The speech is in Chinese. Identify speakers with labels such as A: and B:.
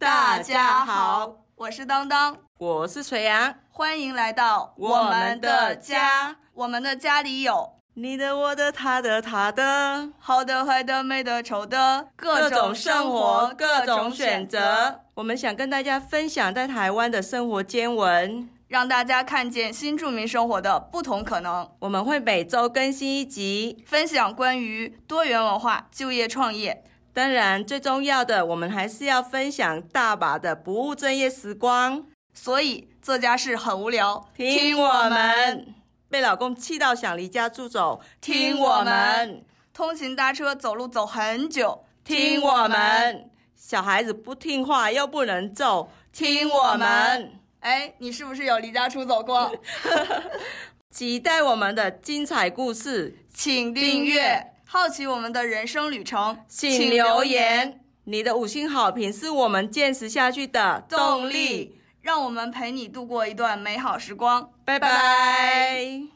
A: 大家好，我是当当，
B: 我是水阳，
A: 欢迎来到
B: 我们的
A: 家。我们的家里有
B: 你的、我的、他的、他的，
A: 好的、坏的、美的、丑的，
B: 各种生活，各种选择。。我们想跟大家分享在台湾的生活见闻。
A: 让大家看见新住民生活的不同可能，
B: 我们会每周更新一集，
A: 分享关于多元文化、就业创业。
B: 当然最重要的，我们还是要分享大把的不务正业时光。
A: 所以这家事很无聊，
B: 听我们，被老公气到想离家出走，听我们，
A: 通勤搭车、走路走很久，
B: 听我们，小孩子不听话又不能揍，听我们。
A: 哎，你是不是有离家出走过？
B: 期待我们的精彩故事，
A: 请订阅。好奇我们的人生旅程，
B: 请留言。你的五星好评是我们坚持下去的动力。，
A: 让我们陪你度过一段美好时光。
B: 拜拜。